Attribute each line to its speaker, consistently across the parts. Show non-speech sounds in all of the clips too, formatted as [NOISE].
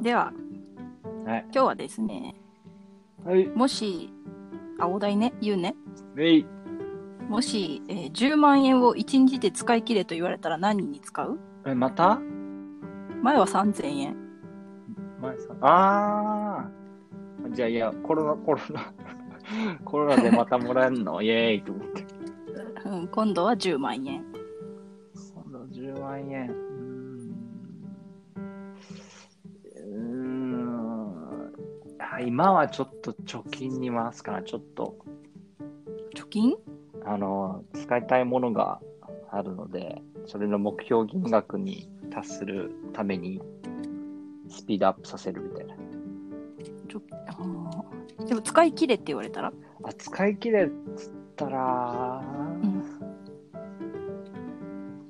Speaker 1: では、
Speaker 2: はい
Speaker 1: 今日はですね、
Speaker 2: はい。
Speaker 1: もし、あ、お題ね、言うね。
Speaker 2: えい。
Speaker 1: もし、えー10万円を1日で使い切れと言われたら何に使う
Speaker 2: え、また
Speaker 1: 前は3000円。
Speaker 2: 前さん。ああ。じゃあ、いや、コロナ、コロナ。 [LAUGHS] コロナでまたもらえるの [LAUGHS] イエーイと思って。
Speaker 1: うん、今度は10万円。
Speaker 2: 今度10万円。うーん。うーん。あ今はちょっと貯金に回すかな。ちょっと、
Speaker 1: 貯金
Speaker 2: あの、使いたいものがあるので、それの目標金額に達するために、スピードアップさせるみたいな。
Speaker 1: あーでも使い切れって言われたら
Speaker 2: あ使い切れっつったら、
Speaker 1: ん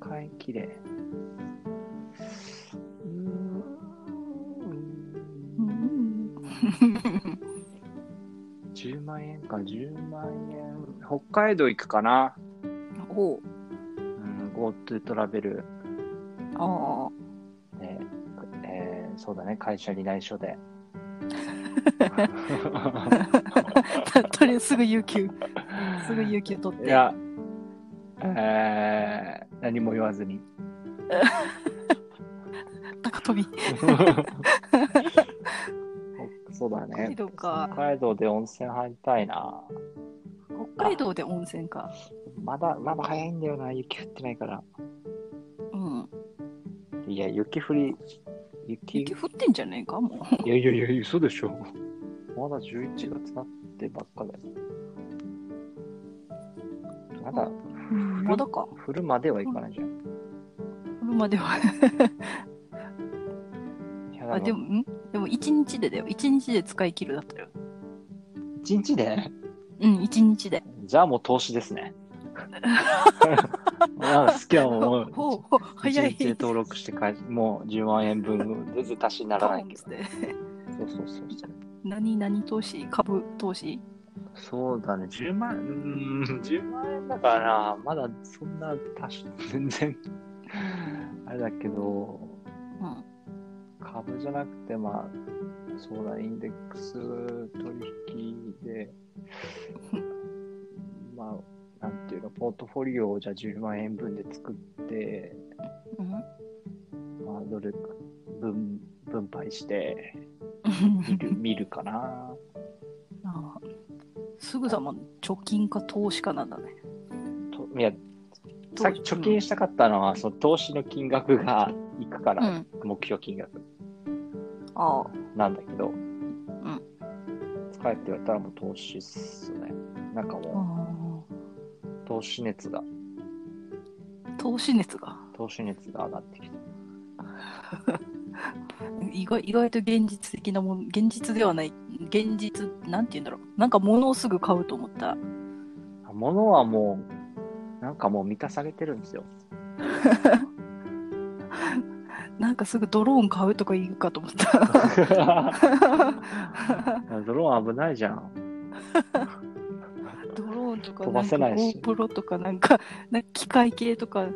Speaker 2: 使い切れうー
Speaker 1: うんん。 [LAUGHS]
Speaker 2: 10万円か10万円北海道行くかな、
Speaker 1: おう
Speaker 2: うん、GoTo トラベル
Speaker 1: あ
Speaker 2: で、えーそうだね会社に内緒で
Speaker 1: あ。 [LAUGHS] とりあえずすぐ有給、 [LAUGHS] すぐ有給取っ
Speaker 2: い
Speaker 1: て。
Speaker 2: や、えー何も言わずに
Speaker 1: 高飛び。
Speaker 2: そうだ
Speaker 1: 北海
Speaker 2: ね。
Speaker 1: 道か
Speaker 2: 北海道で温泉入りたいな。
Speaker 1: 北海道で温泉か。
Speaker 2: まだ、まだ早いんだよな、雪降ってないから。
Speaker 1: うん。
Speaker 2: いや、雪降り、雪、
Speaker 1: 雪降ってんじゃねえかもう。
Speaker 2: いやいやいやいや、嘘でしょ。まだ11月なってばっかだよ。まだ、
Speaker 1: うんまだか。
Speaker 2: 降るまではいかないじゃん。
Speaker 1: 車では。
Speaker 2: いや
Speaker 1: あ、でも、、んでも一日でだよ。一日で使い切るだったよ。
Speaker 2: 1日で
Speaker 1: うん、一日で。
Speaker 2: じゃあもう投資で
Speaker 1: [LAUGHS]
Speaker 2: す [LAUGHS] ね。あ好きはもう、
Speaker 1: ほうほう、早い
Speaker 2: 一。日で登録して返し、もう10万円分、全然足しにならないけど。
Speaker 1: ポンって
Speaker 2: そうそうそうそう。
Speaker 1: [LAUGHS] 何何投資株投資
Speaker 2: そうだね、10万、うーん、10万円だからな、まだそんな足し、全 [LAUGHS] 然、あれだけど、
Speaker 1: うん。
Speaker 2: 株じゃなくて、まあ、そうだね、インデックス取引 [LAUGHS] で、まあ、なんていうの、ポートフォリオをじゃあ10万円分で作って、まあ、どれか分、分配して、見る、見るかな。
Speaker 1: [LAUGHS] ああすぐさま貯金か投資かなんだね。
Speaker 2: といや、さっき貯金したかったのは、その投資の金額がいくか
Speaker 1: う
Speaker 2: ら、
Speaker 1: ん。
Speaker 2: 目標金額
Speaker 1: ああ、
Speaker 2: なんだけど、使えって言われたらもう投資っすね。なんかも
Speaker 1: あ
Speaker 2: う投資熱が、
Speaker 1: あ投資熱が。
Speaker 2: 投資熱が上がってきて。
Speaker 1: 意外意外と現実的なもん現実ではない現実なんて言うんだろうなんか物をすぐ買うと思った
Speaker 2: あ物はもう、なんかもう満たされてる
Speaker 1: [LAUGHS]
Speaker 2: んですよ。
Speaker 1: なんかすぐドローン買うとか言うかと思った
Speaker 2: ドローン危ないじゃん。
Speaker 1: ドローンとか
Speaker 2: 飛ばせないし
Speaker 1: んか GoPro とかなんかなんか機械系とか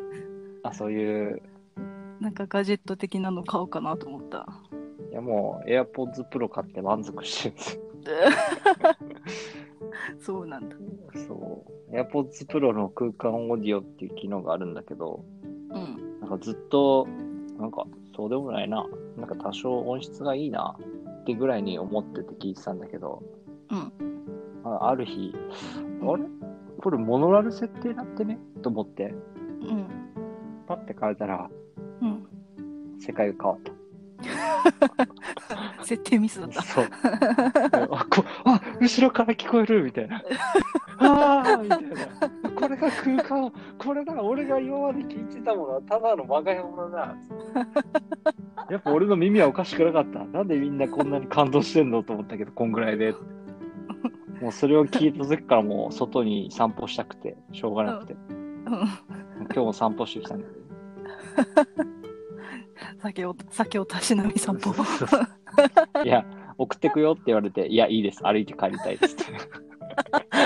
Speaker 2: あ、そういう、
Speaker 1: なんかガジェット的なの買おうかなと思った
Speaker 2: [LAUGHS] いやもう AirPods Pro 買って満足してるんですよ。
Speaker 1: そうなんだ
Speaker 2: そう。AirPods Pro の空間オーディオっていう機能があるんだけど、
Speaker 1: うん
Speaker 2: なんかずっと、なんかそうでもないな、なんか多少音質がいいなってぐらいに思ってて聞いてたんだけど、
Speaker 1: うん
Speaker 2: あある日、あれこれモノラル設定だってねと思って、
Speaker 1: うん
Speaker 2: パッて変えたら
Speaker 1: うん
Speaker 2: 世界が変わっ
Speaker 1: 設定ミスだった
Speaker 2: た。そう。あこあ後ろから聞こえるみ
Speaker 1: [LAUGHS]
Speaker 2: たいな。ああみたいな。これが空間、これが俺が今まで聞いてたものはただの我が家物だ。
Speaker 1: [LAUGHS]
Speaker 2: やっぱ俺の耳はおかしくなかった。なんでみんなこんなに感動してんのと思ったけど、こんぐらいで。もうそれを聞いた時からもう外に散歩したくて、しょうがなくて。
Speaker 1: うん
Speaker 2: 今日も散歩してきたんだけど。
Speaker 1: 酒を酒をたしなみ散
Speaker 2: [LAUGHS]
Speaker 1: 歩
Speaker 2: いや、送ってくよって言われて、いや、いいです。歩いて帰りたいで
Speaker 1: [LAUGHS]
Speaker 2: すって。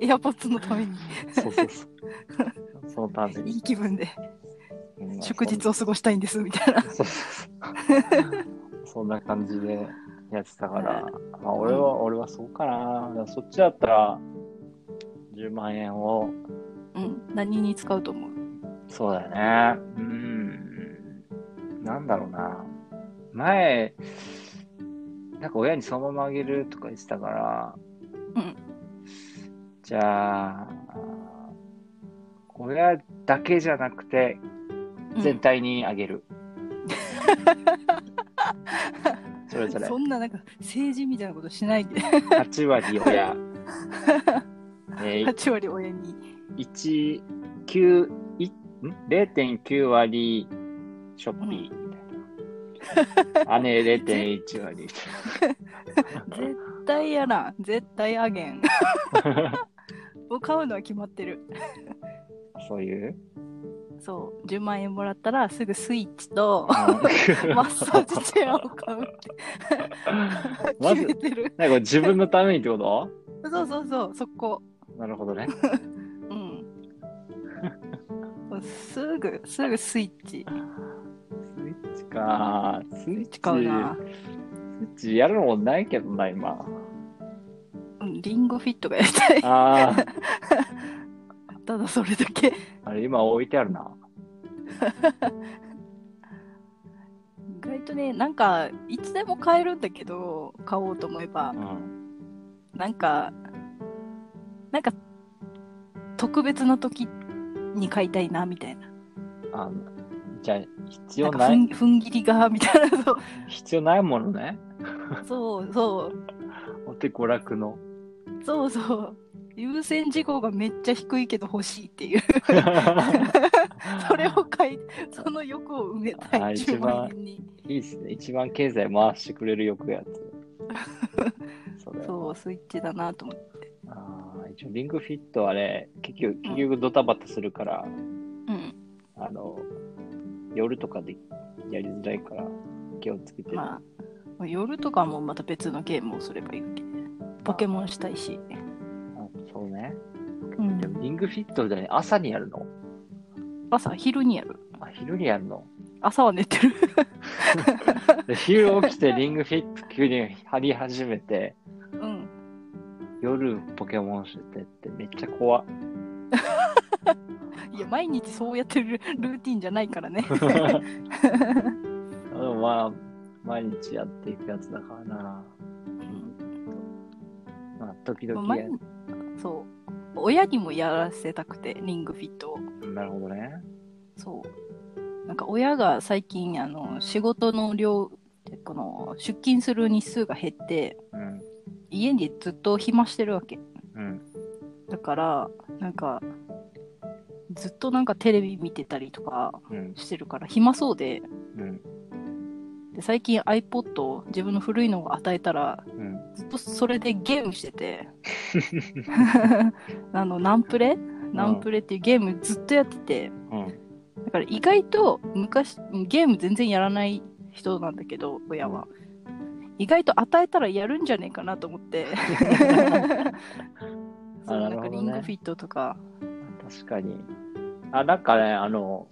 Speaker 1: エアポッツのために
Speaker 2: そうそうそう。そのために。
Speaker 1: いい気分で
Speaker 2: うん
Speaker 1: 祝日を過ごしたいんですみたいな
Speaker 2: そうそうそうそんな感じでやってたから、まあ、俺は、俺はそうかな。だからそっちだったら、10万円を、
Speaker 1: うん。何に使うと思う
Speaker 2: そうだよね。うん。なんだろうな。前、なんか親にそのままあげるとか言ってたから、
Speaker 1: うん
Speaker 2: じゃあ、親だけじゃなくて、
Speaker 1: うん
Speaker 2: 全体にあ
Speaker 1: [LAUGHS]
Speaker 2: げる。それぞれ
Speaker 1: そんななんか政治みたいなことしないで、
Speaker 2: 8割
Speaker 1: [LAUGHS]
Speaker 2: 親、えー、
Speaker 1: 8割親に。
Speaker 2: 1 9いん0.9割ショッピーみたいな。姉0.1割み
Speaker 1: [LAUGHS]
Speaker 2: た
Speaker 1: 絶
Speaker 2: い
Speaker 1: 対やな。絶対あげん。
Speaker 2: な。
Speaker 1: を買うのは決まってる。
Speaker 2: そういう
Speaker 1: そう。10万円もらったらすぐスイッチ
Speaker 2: [LAUGHS]
Speaker 1: とマ
Speaker 2: マ
Speaker 1: ッサージチェアを買うって
Speaker 2: [LAUGHS] ま
Speaker 1: [LAUGHS] 決め
Speaker 2: ず、
Speaker 1: てる。
Speaker 2: なんか自分のためにってこと
Speaker 1: そうそうそう、そこ。
Speaker 2: なるほどね。
Speaker 1: うん。すぐ、すぐスイッチ
Speaker 2: スイッチか。スイッチ
Speaker 1: 使うな。
Speaker 2: スイッチやるのもないけどな、今。
Speaker 1: うん、リンゴフィットがやりたい。
Speaker 2: ああ、
Speaker 1: ただそれだけ。
Speaker 2: あれ今置いてあるな。
Speaker 1: 意外とね、なんか、いつでも買えるんだけど、買おうと思えば
Speaker 2: う、ん。
Speaker 1: なんか、なんか、特別な時に買いたいな、みたいな。
Speaker 2: あのじゃあ、必
Speaker 1: なん
Speaker 2: 要
Speaker 1: か
Speaker 2: な
Speaker 1: ふ
Speaker 2: い
Speaker 1: ん、ふん切りが、みたいな、そう、 [LAUGHS]
Speaker 2: 必要ないものね。
Speaker 1: そう、そう。
Speaker 2: お手娯
Speaker 1: [LAUGHS]
Speaker 2: 楽の。
Speaker 1: そうそう。優先事項がめっちゃ低いけど欲しいって
Speaker 2: [LAUGHS]
Speaker 1: いう。それを買い、その欲を埋めた
Speaker 2: あ
Speaker 1: い
Speaker 2: 一
Speaker 1: 10
Speaker 2: 番
Speaker 1: 万円に。
Speaker 2: いいですね。一番経済回してくれる欲や
Speaker 1: [LAUGHS]
Speaker 2: つ。それ
Speaker 1: そう、スイッチだなと思って。
Speaker 2: あー一応、リングフィットはね、結局、結局ドタバタするから、
Speaker 1: うん。
Speaker 2: あの、夜とかでやりづらいから、気をつけてる。
Speaker 1: まあ、もう夜とかもまた別のゲームをすればいいわけで。ポケモンしたいし。
Speaker 2: あそうね。
Speaker 1: うん
Speaker 2: でも、リングフィットでね、朝にやるの
Speaker 1: 朝、昼にやる。
Speaker 2: あ、昼にやるの
Speaker 1: 朝は寝てる。 [LAUGHS]
Speaker 2: で昼起きてリングフィット急に張り始めて、
Speaker 1: うん。
Speaker 2: 夜ポケモンしてってめっちゃ
Speaker 1: [LAUGHS]
Speaker 2: 怖っ。
Speaker 1: いや、毎日そうやってるルーティンじゃないからね。
Speaker 2: でもまあ、毎日やっていくやつだからな。まあ、時
Speaker 1: もう
Speaker 2: 々や
Speaker 1: 毎日そう。親にもやらせたくて、リングフィットを。
Speaker 2: なるほどね。
Speaker 1: そう。なんか親が最近、あの、仕事の量、この、出勤する日数が減って、
Speaker 2: うん。
Speaker 1: 家にずっと暇してるわけ。
Speaker 2: うん。
Speaker 1: だから、なんか、ずっとなんかテレビ見てたりとか
Speaker 2: うん。
Speaker 1: してるから、暇そうで、
Speaker 2: うん。
Speaker 1: で最近 iPod を自分の古いのを与えたら、
Speaker 2: うん。
Speaker 1: ずっとそれでゲームして
Speaker 2: [LAUGHS]
Speaker 1: て、あの、ナンプレナンプレっていうゲームずっとやってて、
Speaker 2: うん。
Speaker 1: だから意外と昔、ゲーム全然やらない人なんだけど、親は。意外と与えたらやるんじゃねえかなと思
Speaker 2: [LAUGHS]
Speaker 1: って。そう
Speaker 2: な
Speaker 1: な
Speaker 2: る
Speaker 1: ん
Speaker 2: ほ
Speaker 1: か
Speaker 2: どね
Speaker 1: リングフィットとか。
Speaker 2: 確かに。あ、なんかね、あの、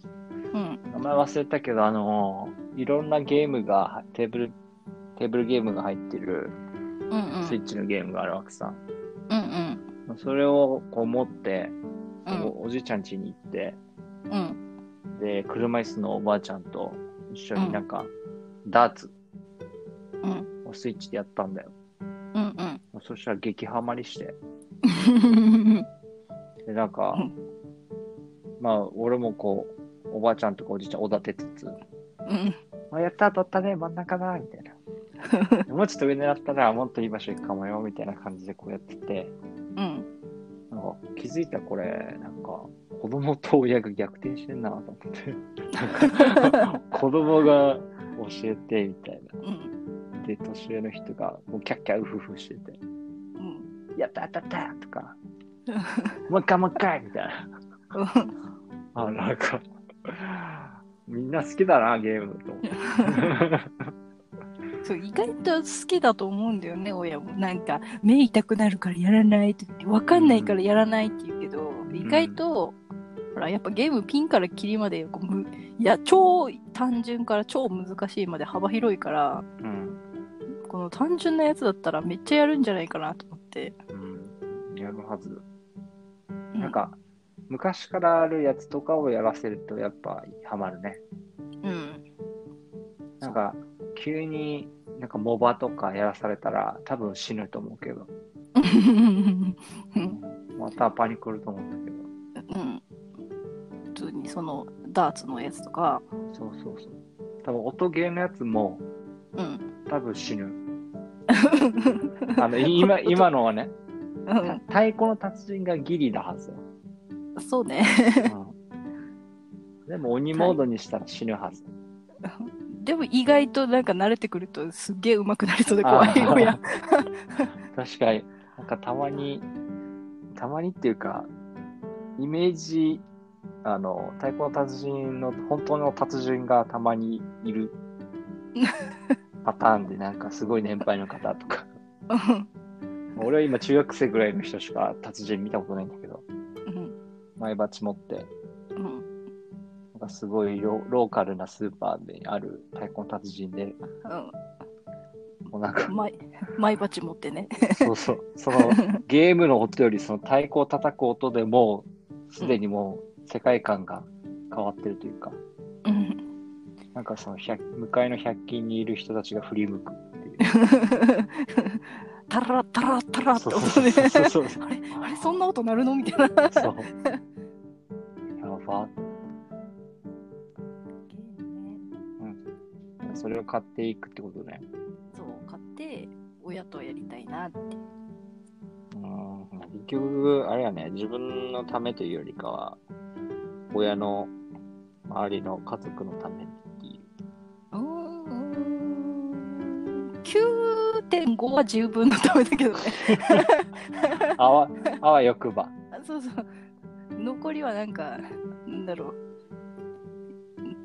Speaker 1: うん。
Speaker 2: 名前忘れたけど、あの、いろんなゲームが、テーブル、テーブルゲームが入ってる、
Speaker 1: うんうん。
Speaker 2: スイッチのゲームがあるわけさ。
Speaker 1: うんうん。
Speaker 2: それをこう持って、
Speaker 1: うん
Speaker 2: おおじいちゃん家に行って、
Speaker 1: うん。
Speaker 2: で、車椅子のおばあちゃんと一緒になんか、ダーツ
Speaker 1: うん。
Speaker 2: をスイッチでやったんだよ。
Speaker 1: うん
Speaker 2: そしたら激ハマりして、
Speaker 1: うん。
Speaker 2: で、なんか、
Speaker 1: うん
Speaker 2: まあ、俺もこう、おばあちゃんとかおじいちゃんおだてつつ、
Speaker 1: うん。
Speaker 2: あ、やった、当たったね、真ん中だ、みた
Speaker 1: [LAUGHS]
Speaker 2: いな。もうちょっと上狙ったら、もっといい場所行くかもよ、みたいな感じでこうやってて、
Speaker 1: うん。
Speaker 2: なんか気づいたこれ、なんか、子供と親が逆転してんなと思っ
Speaker 1: [LAUGHS]
Speaker 2: て。なんか子供が教えて、みたい
Speaker 1: うん。
Speaker 2: な。で、年上の人が、もうキャッキャウフフしてて、
Speaker 1: うん。
Speaker 2: やった、当たったとか、もう一回、もう一回みたいな。あ、なんか、みんな好きだな、ゲームと思って。
Speaker 1: そう意外と好きだと思うんだよね、親も。なんか、目痛くなるからやらないって言って、わかんないからやらないって言うけど、意外と、ほらやっぱゲームピンからキリまでこうむいや超単純から超難しいまで幅広いから
Speaker 2: うん。
Speaker 1: この単純なやつだったらめっちゃやるんじゃないかなと思って、
Speaker 2: うん。やるはず。
Speaker 1: う
Speaker 2: なんか、昔からあるやつとかをやらせると、やっぱ、ハマるね。
Speaker 1: うん
Speaker 2: なんか、急に、なんか、モバとかやらされたら、多分死ぬと思うけど。
Speaker 1: うん [LAUGHS]
Speaker 2: またパニクると思うんだけ
Speaker 1: うん普通にそのダーツのやつとか
Speaker 2: ど。そうそうそう。多分、音ゲーのやつも、
Speaker 1: うん
Speaker 2: 多分死ぬ。あの、い今、今のはね、
Speaker 1: うん
Speaker 2: 太鼓の達人がギリだはずよ。
Speaker 1: そうね
Speaker 2: うんでも鬼モードにしたら死ぬはず。
Speaker 1: でも意外となんか慣れてくるとすっげえ上手くなりそうで怖いよや。
Speaker 2: 確かに。なんかたまに、たまにっていうか、イメージ、あの、太鼓の達人の本当の達人がたまにいるパターンで、なんかすごい年配の方とか。
Speaker 1: うん
Speaker 2: 俺は今中学生ぐらいの人しか達人見たことないんだけど、
Speaker 1: うん
Speaker 2: 前鉢持って、
Speaker 1: うん
Speaker 2: なんかすごいロローカルなスーパーである太鼓の達人で、もうなんか
Speaker 1: うん、マイマイバチ持ってね。
Speaker 2: そうそう。そ
Speaker 1: [LAUGHS]
Speaker 2: のゲームの音よりその太鼓を叩く音でもうすでにもう世界観が変わってるというか、
Speaker 1: うん
Speaker 2: なんかその百向かいの百均にいる人たちが振り向くっていう。
Speaker 1: タラッタラッタラッって音
Speaker 2: そう
Speaker 1: で。
Speaker 2: [LAUGHS] そうそうそう。
Speaker 1: あれあれそんな音鳴るのみたいな。
Speaker 2: そうやば。それを買っていくってことね。
Speaker 1: そう買って親とやりたいなって。
Speaker 2: うん。結局、あれやね、自分のためというよりかは、親の周りの家族のためっていう。
Speaker 1: うーん9.5は十分のためだけどね。
Speaker 2: あわ、あわよくば。
Speaker 1: あそうそう。残りはなんか、なんだろう。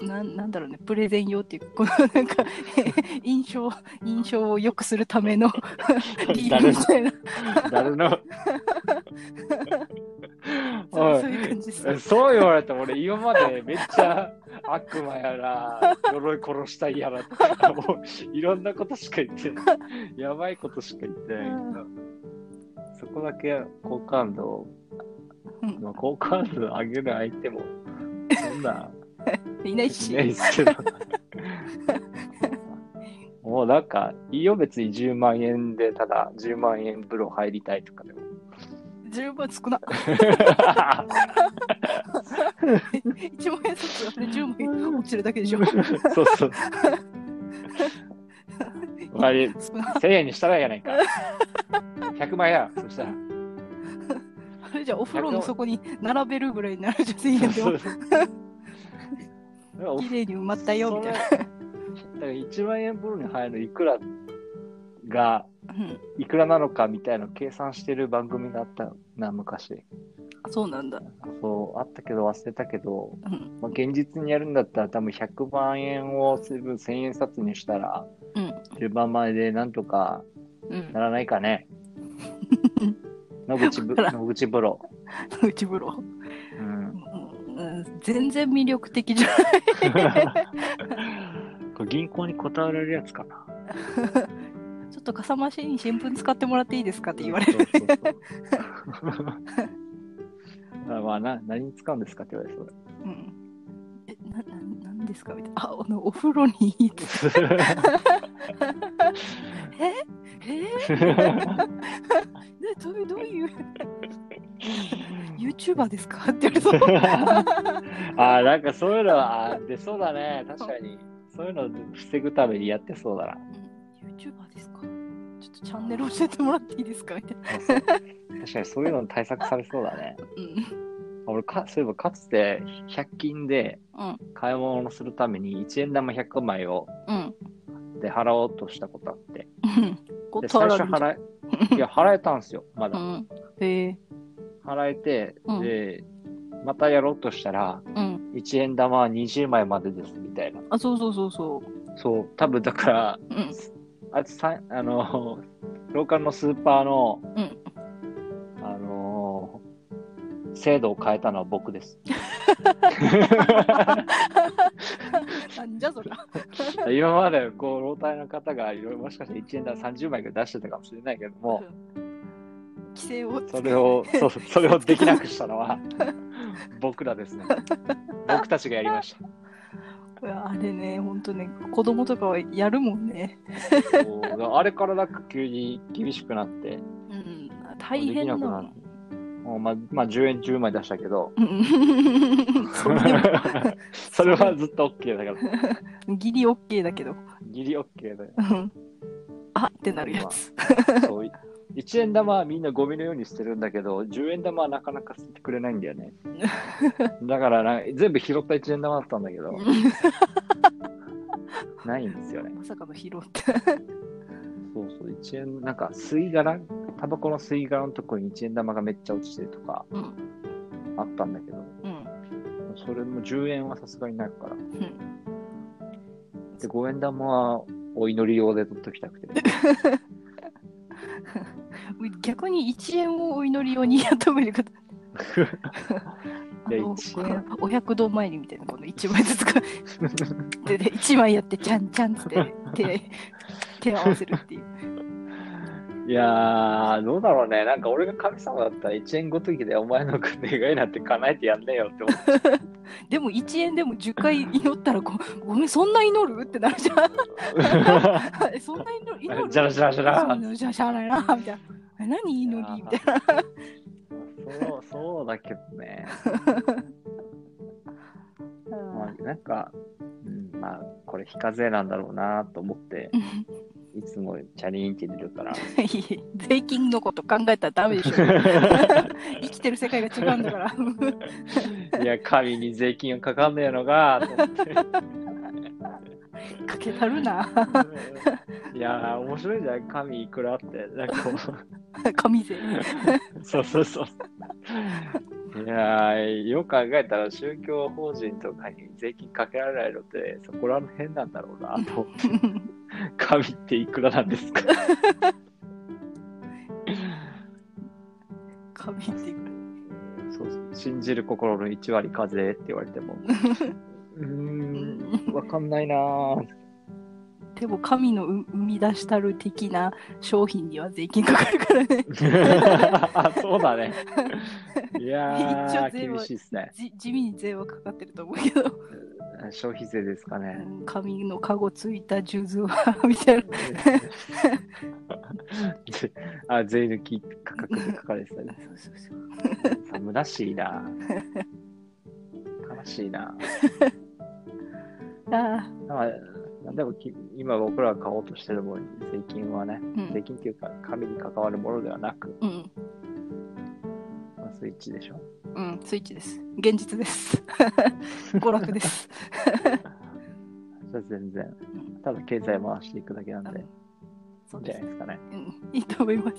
Speaker 1: なんなんだろうね、プレゼン用っていうか、このなん [LAUGHS] か、印象、印象を良くするた [LAUGHS] めのリールみたいな、[LAUGHS]
Speaker 2: 誰の
Speaker 1: そう
Speaker 2: お
Speaker 1: そういう感じです。
Speaker 2: いそう言われて俺今までめっちゃ [LAUGHS] 悪魔やら呪い殺したいやらとかもういろんなことしか言ってないやばいことしか言ってないけどそこだけ好感度を
Speaker 1: うん
Speaker 2: 好感度上げる相手もそんない
Speaker 1: ない
Speaker 2: しない
Speaker 1: し、
Speaker 2: ですけどもうなんかいいよ別に10万円でただ10万円風呂入りたいと
Speaker 1: [LAUGHS]
Speaker 2: かでも
Speaker 1: 十分少な。1万円ずつ、あれ10万円落ちるだけでしょ。
Speaker 2: そうそう。割り
Speaker 1: 少な
Speaker 2: 1000円にしたらやないか。100万円や、そしたら。
Speaker 1: あれじゃお風呂の底に並べるぐらいになるじゃん、1000円で
Speaker 2: そう
Speaker 1: も
Speaker 2: そう
Speaker 1: 綺麗に埋まったよ、みたいな。
Speaker 2: そのだから1万円風呂に入るのいくらが、
Speaker 1: うん、
Speaker 2: いくらなのかみたいなのを計算してる番組があったな、昔。
Speaker 1: あそうなんだ。
Speaker 2: そう、あったけど忘れたけど、
Speaker 1: うん、
Speaker 2: まあ、現実にやるんだったら多分100万円をする1000円札にしたら、
Speaker 1: うん、
Speaker 2: 10万枚でなんとか
Speaker 1: うん
Speaker 2: な。らないかね。野
Speaker 1: [LAUGHS]
Speaker 2: 口ぶ
Speaker 1: わから
Speaker 2: 野口風呂。
Speaker 1: [LAUGHS] 内風呂。
Speaker 2: うん、
Speaker 1: うん全然魅力的じゃない
Speaker 2: [LAUGHS] これ銀行に断られるやつかな。
Speaker 1: ちょっとかさ増しに新聞使ってもらっていいですかって言われる
Speaker 2: そうそうそうあまあ、な何に使うんですかって言われそう
Speaker 1: うんえなななんですかみたいなああのお風呂にいいってえ [LAUGHS]
Speaker 2: だ。
Speaker 1: ー、でどういうどういう YouTuber ですかって言われそう
Speaker 2: あなんかそういうのはあ出そうだね。確かに。そういうのを防ぐためにやってそう
Speaker 1: [LAUGHS]
Speaker 2: だな。
Speaker 1: YouTuber ですかちょっとチャンネル教えてもらっていいですかみたいな、
Speaker 2: 確かにそういうの対策されそうだね。
Speaker 1: うん
Speaker 2: 俺か、そういえばかつて100均で
Speaker 1: うん
Speaker 2: 買い物をするために1円玉100枚を
Speaker 1: うん
Speaker 2: で払おうとしたことあって。
Speaker 1: うん
Speaker 2: で
Speaker 1: 断
Speaker 2: 最
Speaker 1: ら
Speaker 2: 初
Speaker 1: れるじゃん
Speaker 2: 払え、
Speaker 1: [LAUGHS]
Speaker 2: いや、払えたんですよ、ま
Speaker 1: う
Speaker 2: だ。
Speaker 1: んへえ
Speaker 2: 払えて
Speaker 1: う、ん
Speaker 2: で、またやろうとしたら、
Speaker 1: うん
Speaker 2: 1円玉は20枚までです、みたいな。
Speaker 1: あそうそうそうそ
Speaker 2: そう、多分だから、
Speaker 1: ううん
Speaker 2: あいつさ、あの、ローカルのスーパーの、
Speaker 1: うん [LAUGHS]
Speaker 2: あの、制度を変えたのは僕です。
Speaker 1: なんじゃそりゃ。
Speaker 2: 今までこう老体の方がいろいろもしかして1円だ30枚ぐらい出してたかもしれないけども
Speaker 1: 規制を。
Speaker 2: そ
Speaker 1: [LAUGHS]
Speaker 2: れをそうそれをできなくしたのは僕ら
Speaker 1: [LAUGHS]
Speaker 2: ですね僕たちがやりまし
Speaker 1: いやあれね、ほんとね、子供とかはやるもんね。
Speaker 2: たこうあれからなんか急に厳しくなって
Speaker 1: うん、大変な
Speaker 2: もうで
Speaker 1: の
Speaker 2: き。もうままあ10円10枚出したけど
Speaker 1: うんそれでも
Speaker 2: [LAUGHS] それはずっと OK だから
Speaker 1: ギリオッケーだけど。
Speaker 2: ギリ OK だよ
Speaker 1: うんあってなるやつ。
Speaker 2: そう1円玉はみんなゴミのように捨てるんだけど10円玉はなかなか捨ててくれないんだよねだからなんか全部拾った1円玉だったんだけどないんですよね
Speaker 1: まさかの拾って。
Speaker 2: そうそう1円なんか吸い殻タバコの吸い殻のとこに1円玉がめっちゃ落ちてるとか
Speaker 1: うん。
Speaker 2: あったんだけど
Speaker 1: うん。
Speaker 2: それも10円はさすがにないから
Speaker 1: うん
Speaker 2: で5円玉はお祈り用で取っときたくて
Speaker 1: 逆に1円をお祈り用にやった方がいいのかと。あ
Speaker 2: いや
Speaker 1: の
Speaker 2: 一円
Speaker 1: お百道参りみたいなこの1枚ずつがでで1枚やってちゃんちゃんつって手手を合わせるっていう。
Speaker 2: [LAUGHS] いやーどうだろうねなんか俺が神様だったら1円ごときでお前の願いなんて叶えてやんねえよって思って
Speaker 1: でも1円でも10回祈ったらこうごめんそんな祈るってなるじゃん。 [LAUGHS] えそんな祈る祈る
Speaker 2: じゃらじゃらじゃら
Speaker 1: そうじゃらじゃらないなみたいな。え何祈りみたいな。
Speaker 2: そうそうだけどね、まあ、なんか、うん、まあこれ非課税なんだろうなと思って
Speaker 1: うん
Speaker 2: いつもチャリンって出るから
Speaker 1: いえ税金のこと考えたらダメでしょ。生きてる世界が違うんだから。
Speaker 2: いや神に税金がかかんねえのかと思って
Speaker 1: かけたるな。
Speaker 2: いやー面白いじゃん神いくらあってなんかこう
Speaker 1: 神税。
Speaker 2: そうそうそういやーよく考えたら宗教法人とかに税金かけられないのってそこら辺なんだろうなと思って神っていくらなんですか
Speaker 1: 神っていうか
Speaker 2: そうそう信じる心の1割課税って言われてもうーんわかんないなぁ
Speaker 1: でも神のう生み出したる的な商品には税金かかるからね。
Speaker 2: あそうだねいやー
Speaker 1: 一応税は
Speaker 2: 厳しいですね
Speaker 1: じ地味に税はかかってると思うけど、
Speaker 2: 消費税ですか [LAUGHS] ね
Speaker 1: うん神のカゴついた数珠はみたいな。
Speaker 2: ぜあ税抜き価格で書かれてたね
Speaker 1: そうそうそう
Speaker 2: さ虚しいな悲しいな
Speaker 1: あー
Speaker 2: まあでもき今僕らが買おうとしてるものに税金はね
Speaker 1: う
Speaker 2: 税
Speaker 1: ん
Speaker 2: 金っていうか紙に関わるものではなく、
Speaker 1: うん
Speaker 2: まあ、スイッチでしょ
Speaker 1: うん、スイッチです。現実です。
Speaker 2: [LAUGHS]
Speaker 1: 娯楽です。
Speaker 2: それは全然ただ経済回していくだけなんで、
Speaker 1: そう
Speaker 2: じ
Speaker 1: で
Speaker 2: ゃな
Speaker 1: す
Speaker 2: い。ですかね。
Speaker 1: うん、いいと思います。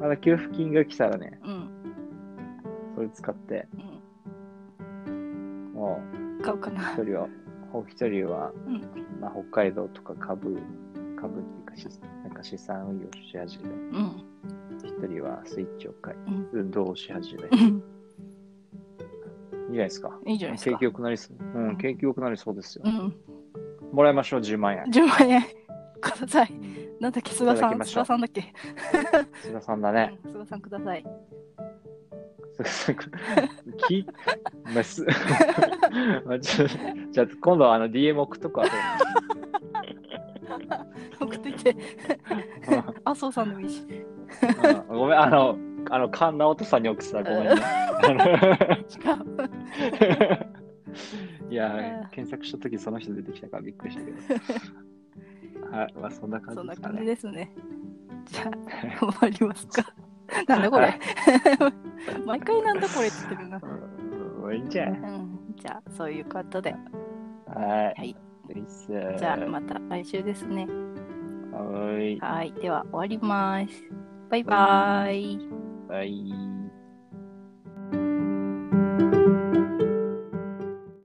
Speaker 2: まだ給付金が来たらね、
Speaker 1: うん、
Speaker 2: それ使って、
Speaker 1: う
Speaker 2: も
Speaker 1: ん、買うかな
Speaker 2: う。一人は、ほ一人は、
Speaker 1: うん、
Speaker 2: まあ、北海道とか株、株っていうか資、なんか資産運用し始
Speaker 1: う
Speaker 2: め、
Speaker 1: ん、
Speaker 2: 一人はスイッチを買い、
Speaker 1: ん
Speaker 2: 運動をし始め、いい
Speaker 1: うん
Speaker 2: じゃないですか。
Speaker 1: いいじゃないです
Speaker 2: 景
Speaker 1: か
Speaker 2: 気。良くなりそう。うん、景気良くなりそうですよ
Speaker 1: う。ん、
Speaker 2: もらいましょう、10万円。
Speaker 1: 10万円ください。なんだっけ、須田
Speaker 2: いただ
Speaker 1: さ
Speaker 2: き
Speaker 1: ん、
Speaker 2: まし
Speaker 1: 須
Speaker 2: ょう
Speaker 1: 田さんだっけ。
Speaker 2: 須田さんだね。
Speaker 1: うん須田さんください。
Speaker 2: き、まあ、す、 [LAUGHS] まあちょじゃあ、今度はあの DM 送っとくわ。
Speaker 1: 送って
Speaker 2: [LAUGHS]
Speaker 1: きて、麻生さんでもいいし。
Speaker 2: うんごめん、あの、あの、菅直人さんに送ってた、ごめんね。
Speaker 1: 違う。
Speaker 2: [LAUGHS] いや、検索したときその人出てきたからびっくりし
Speaker 1: [LAUGHS]
Speaker 2: たけど。はい、まあそんな感
Speaker 1: そん
Speaker 2: じで
Speaker 1: な
Speaker 2: すか
Speaker 1: 感じ
Speaker 2: ね。
Speaker 1: ですね。じゃあ、終わります
Speaker 2: [LAUGHS]
Speaker 1: か。なんだこれ。毎回なんだこれって言ってるな。
Speaker 2: うんうんいいんじゃない
Speaker 1: うん、じゃあ、そういうことで。
Speaker 2: は
Speaker 1: はいい。
Speaker 2: じ
Speaker 1: じゃあ、また来週ですね。
Speaker 2: はい。
Speaker 1: はい。では、終わります。バイバーイ。
Speaker 2: はい。